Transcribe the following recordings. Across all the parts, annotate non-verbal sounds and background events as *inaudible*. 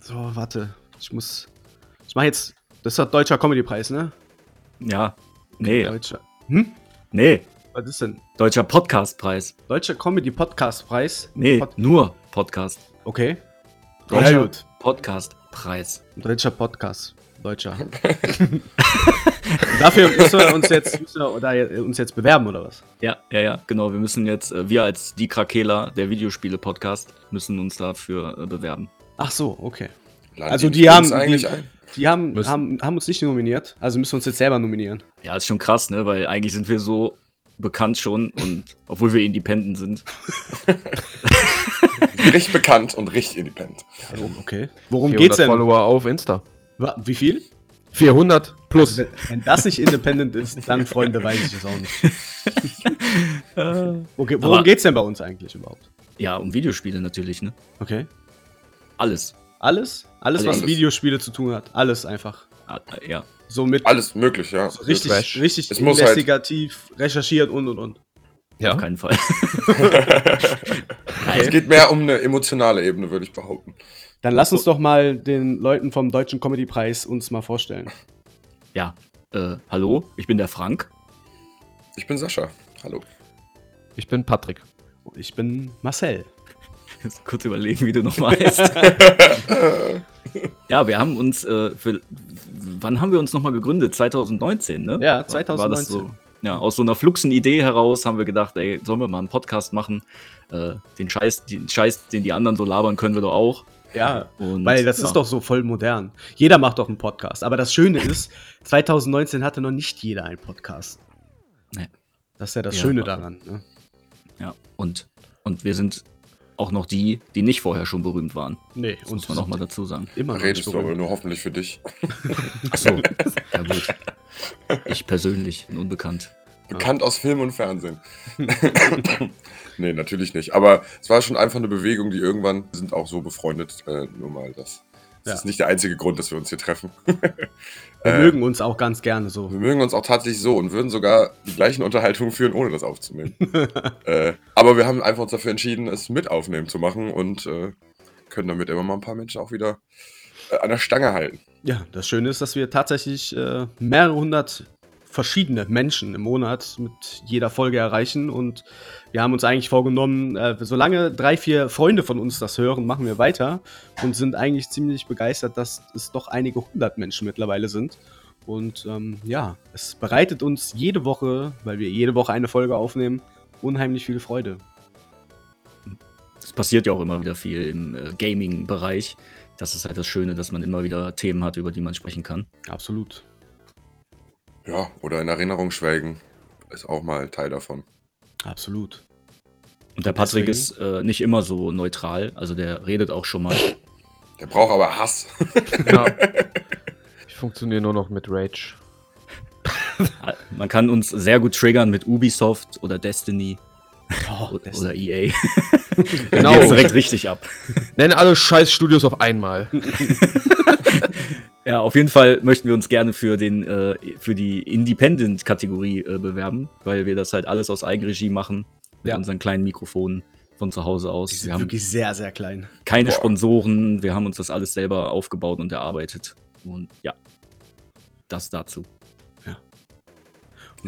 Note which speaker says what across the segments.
Speaker 1: So, warte. Ich muss. Ich mache jetzt. Das ist deutscher Comedy-Preis, ne?
Speaker 2: Ja. Nee.
Speaker 1: Deutscher.
Speaker 2: Nee.
Speaker 1: Was ist denn?
Speaker 2: Deutscher Podcastpreis.
Speaker 1: Deutscher Comedy-Podcast-Preis?
Speaker 2: Nee,
Speaker 1: Pod-
Speaker 2: nur Podcast.
Speaker 1: Okay.
Speaker 2: Deutscher
Speaker 1: Ja, gut.
Speaker 2: Podcastpreis.
Speaker 1: Deutscher Podcast. Deutscher. *laughs* Dafür müssen wir uns jetzt, müssen wir da jetzt- uns jetzt bewerben, oder was?
Speaker 2: Ja, ja, ja, genau. Wir müssen jetzt, äh, wir als die Krakela, der Videospiele-Podcast, müssen uns dafür äh, bewerben.
Speaker 1: Ach so, okay.
Speaker 3: Laden
Speaker 1: Also
Speaker 3: die
Speaker 1: die haben-
Speaker 3: uns eigentlich
Speaker 1: die-
Speaker 3: ein.
Speaker 1: Die haben,
Speaker 4: Müssen-
Speaker 1: haben, haben uns nicht nominiert, also müssen wir uns jetzt selber nominieren.
Speaker 2: Ja, ist schon krass, ne? Weil eigentlich sind wir so bekannt schon und obwohl wir independent sind.
Speaker 3: Recht bekannt und recht independent.
Speaker 1: okay. Worum
Speaker 4: 400
Speaker 1: geht's denn?
Speaker 4: Follower auf Insta. Also,
Speaker 1: Wa- Wie viel?
Speaker 4: 400 plus.
Speaker 1: Wenn, wenn das nicht independent ist, dann, Freunde, weiß ich es auch *laughs* nicht. Okay, worum
Speaker 2: Aber-
Speaker 1: geht's denn bei uns eigentlich überhaupt?
Speaker 2: Ja, um Videospiele natürlich, ne?
Speaker 1: Okay.
Speaker 2: Alles.
Speaker 1: Alles? Alles,
Speaker 2: Alles.
Speaker 1: was Videospiele zu tun hat. Alles einfach.
Speaker 2: Ah, äh, Ja.
Speaker 1: So mit
Speaker 3: Alles möglich, ja.
Speaker 1: richtig,
Speaker 4: Trash.
Speaker 1: richtig
Speaker 3: Es muss halt-
Speaker 1: investigativ recherchiert und und und.
Speaker 2: Auf keinen Fall. *laughs*
Speaker 3: Es geht mehr um eine emotionale Ebene, würde ich behaupten.
Speaker 1: Dann lass uns doch mal den Leuten vom Deutschen Comedy-Preis uns mal vorstellen.
Speaker 2: Ja. Äh, hallo, ich bin der Frank.
Speaker 3: Ich bin Sascha. Hallo.
Speaker 4: Ich bin Patrick.
Speaker 1: Ich bin Marcel.
Speaker 2: Jetzt kurz überlegen, wie du nochmal heißt.
Speaker 1: *laughs*
Speaker 2: ja, wir haben uns äh, für. Wann haben wir uns nochmal gegründet? 2019, ne?
Speaker 1: Ja,
Speaker 2: War das
Speaker 1: 2019.
Speaker 2: so? Ja, aus so einer fluxen Idee heraus haben wir gedacht, ey, sollen wir mal einen Podcast machen? Äh, den, Scheiß, den Scheiß, den die anderen so labern, können wir doch auch.
Speaker 1: Ja,
Speaker 2: Und,
Speaker 1: weil das
Speaker 2: ja.
Speaker 1: ist doch so voll modern. Jeder macht doch einen Podcast. Aber das Schöne ist, 2019 hatte noch nicht jeder einen Podcast.
Speaker 2: Nee.
Speaker 1: Das ist ja das
Speaker 2: Ja.
Speaker 1: Schöne daran. Ne?
Speaker 2: Ja, und, und wir sind auch noch die, die nicht vorher schon berühmt waren.
Speaker 1: Nee,
Speaker 2: Das
Speaker 1: und
Speaker 2: muss man auch mal
Speaker 1: *laughs*
Speaker 2: dazu sagen.
Speaker 1: immer noch
Speaker 3: Redest
Speaker 1: nicht
Speaker 3: du aber
Speaker 1: berühmt.
Speaker 3: nur hoffentlich für dich.
Speaker 2: Achso, ja gut. Ich persönlich bin unbekannt.
Speaker 3: Bekannt aus Film und Fernsehen. *laughs* nee, natürlich nicht. Aber es war schon einfach eine Bewegung, die irgendwann wir sind auch so befreundet. Äh, nur mal das. Das
Speaker 1: Ja.
Speaker 3: ist nicht der einzige Grund, dass wir uns hier treffen.
Speaker 1: Wir
Speaker 3: Äh,
Speaker 1: mögen uns auch ganz gerne so.
Speaker 3: Wir mögen uns auch tatsächlich so und würden sogar die gleichen Unterhaltungen führen, ohne das aufzunehmen. äh, aber wir haben einfach uns dafür entschieden, es mit aufnehmen zu machen und äh, können damit immer mal ein paar Menschen auch wieder äh, an der Stange halten.
Speaker 1: Ja, das Schöne ist, dass wir tatsächlich äh, mehrere hundert verschiedene Menschen im Monat mit jeder Folge erreichen. Und wir haben uns eigentlich vorgenommen, äh, solange drei, vier Freunde von uns das hören, machen wir weiter und sind eigentlich ziemlich begeistert, dass es doch einige hundert Menschen mittlerweile sind. Und ähm, ja, es bereitet uns jede Woche, weil wir jede Woche eine Folge aufnehmen, unheimlich viel Freude.
Speaker 2: Es passiert ja auch immer wieder viel im äh, Gaming-Bereich. Das ist halt das Schöne, dass man immer wieder Themen hat, über die man sprechen kann.
Speaker 1: Absolut.
Speaker 3: Ja, oder in Erinnerung schwelgen ist auch mal Teil davon.
Speaker 1: Absolut.
Speaker 2: Und der Patrick
Speaker 1: Deswegen-
Speaker 2: ist äh, nicht immer so neutral, also der redet auch schon mal. Äh,
Speaker 3: Der braucht aber Hass.
Speaker 4: Ja. *laughs* Ich funktioniere nur noch mit Rage.
Speaker 2: Man kann uns sehr gut triggern mit Ubisoft oder Destiny,
Speaker 1: Oh,
Speaker 2: o-
Speaker 1: *laughs*
Speaker 2: oder EA.
Speaker 4: Genau.
Speaker 2: Geht's direkt richtig ab.
Speaker 4: Nenne alle Scheißstudios auf einmal.
Speaker 2: Ja, auf jeden Fall möchten wir uns gerne für, den, äh, für die Independent-Kategorie äh, bewerben, weil wir das halt alles aus Eigenregie machen, mit
Speaker 1: Ja.
Speaker 2: unseren kleinen Mikrofonen von zu Hause
Speaker 1: die
Speaker 2: aus. Wir
Speaker 1: sind
Speaker 2: haben
Speaker 1: wirklich sehr, sehr klein.
Speaker 2: keine
Speaker 3: Boah.
Speaker 2: Sponsoren, wir haben uns das alles selber aufgebaut und erarbeitet. Und ja, das dazu.
Speaker 1: Und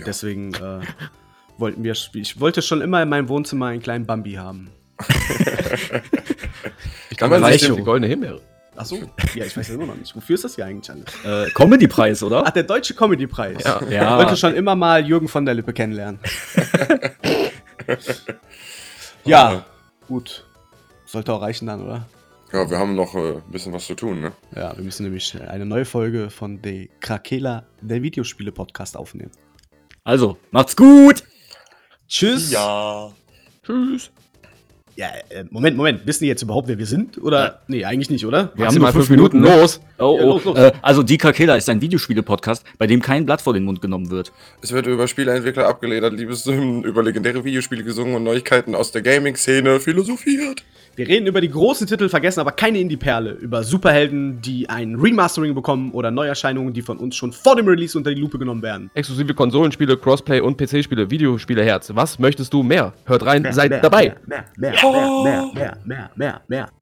Speaker 3: Ja.
Speaker 1: deswegen äh, wollten wir. sp- Ich wollte schon immer in meinem Wohnzimmer einen kleinen Bambi haben.
Speaker 4: Ich
Speaker 3: Kann man
Speaker 4: gleich
Speaker 3: sich
Speaker 4: die goldene Himbeere.
Speaker 1: Achso, *laughs* ja, ich weiß ja immer noch nicht. Wofür ist das hier eigentlich alles?
Speaker 2: Äh, Comedy-Preis,
Speaker 1: Ach, *laughs*
Speaker 2: oder?
Speaker 1: der Deutsche Comedy-Preis.
Speaker 4: Ja.
Speaker 1: Ich
Speaker 2: Ja,
Speaker 1: wollte schon immer mal Jürgen von der Lippe
Speaker 3: *laughs*
Speaker 1: kennenlernen. ja, gut. Sollte auch reichen dann, oder?
Speaker 3: Ja, wir haben noch äh, ein bisschen was zu tun, ne?
Speaker 1: Ja, wir müssen nämlich eine neue Folge von De Krakela, der Videospiele-Podcast, aufnehmen.
Speaker 2: also, macht's gut!
Speaker 1: Tschüss.
Speaker 3: Ja.
Speaker 4: Tschüss.
Speaker 1: Ja, äh, Moment, Moment. Wissen die jetzt überhaupt, wer wir sind? Oder? Nee, eigentlich nicht, oder?
Speaker 4: Wir haben mal fünf Minuten. Los.
Speaker 2: Oh,
Speaker 1: Ja,
Speaker 2: oh.
Speaker 1: los, los.
Speaker 2: Äh, also, Die Killer ist ein Videospiele-Podcast, bei dem kein Blatt vor den Mund genommen wird.
Speaker 3: Es wird über Spieleentwickler abgeledert, Liebeshymnen, über legendäre Videospiele gesungen und Neuigkeiten aus der Gaming-Szene philosophiert.
Speaker 1: Wir reden über die großen Titel, vergessen aber keine Indie-Perle. Über Superhelden, die ein Remastering bekommen oder Neuerscheinungen, die von uns schon vor dem Release unter die Lupe genommen werden.
Speaker 4: Exklusive Konsolenspiele, Crossplay und PC-Spiele, Videospiele Herz. Was möchtest du mehr? Hört rein, seid dabei.
Speaker 1: Mehr, mehr, mehr, mehr, mehr, mehr, mehr.